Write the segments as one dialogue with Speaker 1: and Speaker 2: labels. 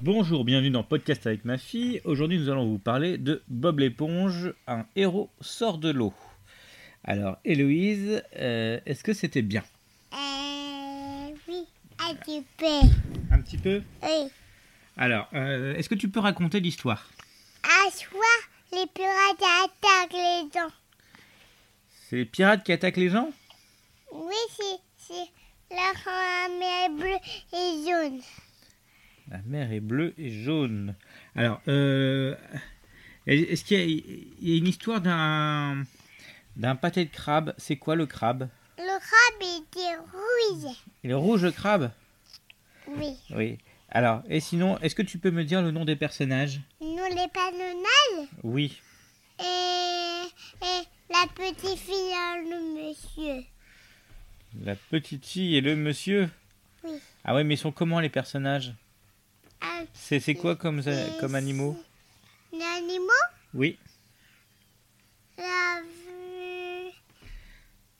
Speaker 1: Bonjour, bienvenue dans Podcast avec ma fille. Aujourd'hui, nous allons vous parler de Bob l'éponge, un héros sort de l'eau. Alors, Héloïse, euh, est-ce que c'était bien
Speaker 2: Euh, oui, un petit peu.
Speaker 1: Un petit peu
Speaker 2: Oui.
Speaker 1: Alors, euh, est-ce que tu peux raconter l'histoire
Speaker 2: Un soir, les pirates attaquent les gens.
Speaker 1: C'est les pirates qui attaquent les gens
Speaker 2: Oui, c'est, c'est leur mer bleue et jaune.
Speaker 1: La mer est bleue et jaune. Alors, euh, est-ce qu'il y a, il y a une histoire d'un d'un pâté de crabe C'est quoi le crabe
Speaker 2: Le crabe était rouge.
Speaker 1: Le rouge le crabe
Speaker 2: Oui.
Speaker 1: Oui. Alors, et sinon, est-ce que tu peux me dire le nom des personnages
Speaker 2: Nous, les panonales
Speaker 1: Oui.
Speaker 2: et, et la petite fille et le monsieur.
Speaker 1: La petite fille et le monsieur
Speaker 2: Oui.
Speaker 1: Ah ouais, mais ils sont comment les personnages
Speaker 2: Un-
Speaker 1: C'est c'est quoi comme, euh,
Speaker 2: et
Speaker 1: comme animaux
Speaker 2: c'est- Les animaux
Speaker 1: Oui.
Speaker 2: La vue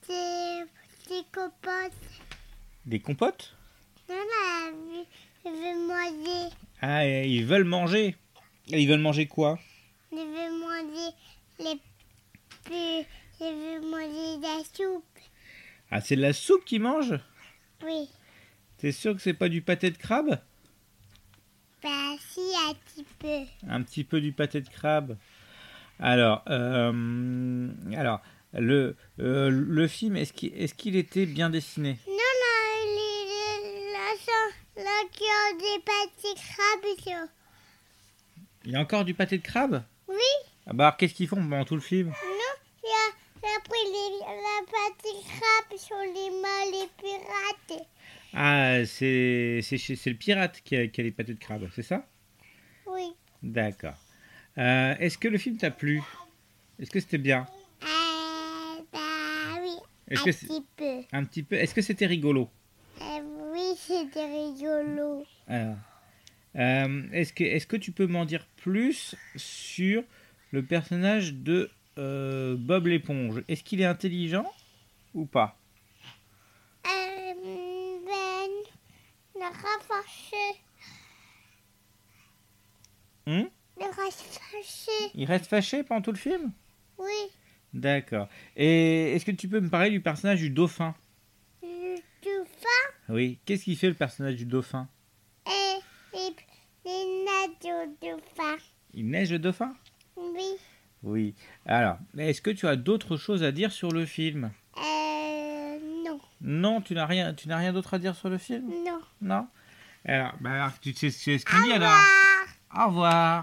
Speaker 2: des petits copains.
Speaker 1: Des compotes
Speaker 2: Non, la vue, je vais manger.
Speaker 1: Ah, et ils veulent manger. Et Ils veulent manger quoi
Speaker 2: Je vais manger les pu- Je vais manger la soupe.
Speaker 1: Ah, c'est de la soupe qu'ils mangent
Speaker 2: Oui.
Speaker 1: T'es sûr que c'est pas du pâté de crabe
Speaker 2: Bah si, un petit peu.
Speaker 1: un petit peu du pâté de crabe. Alors, euh, alors le, euh, le film, est-ce qu'il est qu'il était bien dessiné
Speaker 2: Non, non, les- les- la sang- la qui ont des petits crabes. ils sont-
Speaker 1: Il y a encore du pâté de crabe
Speaker 2: Oui.
Speaker 1: ah bah, alors, qu'est-ce qu'ils font pendant tout le film
Speaker 2: Non, il y a, il y a pris les, la petite crabe sur les mains, les pirates.
Speaker 1: Ah, c'est c'est chez- c'est le pirate qui a, qui a les pâtés de crabe, c'est ça
Speaker 2: Oui.
Speaker 1: D'accord. Euh, Est-ce que le film t'a plu Est-ce que c'était bien
Speaker 2: Euh, bah oui,
Speaker 1: Est-ce
Speaker 2: un
Speaker 1: que c'est-
Speaker 2: petit peu.
Speaker 1: un petit peu Est-ce que c'était rigolo
Speaker 2: Euh, oui, c'était rigolo.
Speaker 1: Alors, euh, est-ce que, est que tu peux m'en dire plus sur le personnage de euh, Bob l'éponge Est-ce qu'il est intelligent ou pas
Speaker 2: Euh, ben, le rafraîchir.
Speaker 1: Hmm
Speaker 2: Le rafraîchir,
Speaker 1: Il reste fâché pendant tout le film
Speaker 2: oui.
Speaker 1: D'accord. Et est-ce que tu peux me parler du personnage du dauphin
Speaker 2: Le dauphin
Speaker 1: Oui. Qu'est-ce qu'il fait le personnage du dauphin
Speaker 2: et les, les nattes au dauphin.
Speaker 1: Il neige le dauphin
Speaker 2: Oui.
Speaker 1: Oui. Alors, est-ce que tu as d'autres choses à dire sur le film
Speaker 2: Euh, non,
Speaker 1: Non, tu n'as rien, tu n'as rien d'autre à dire sur le film
Speaker 2: non.
Speaker 1: Non. Alors, bah, alors, tu sais ce qu'on
Speaker 2: Au
Speaker 1: dit alors.
Speaker 2: revoir.
Speaker 1: Au revoir.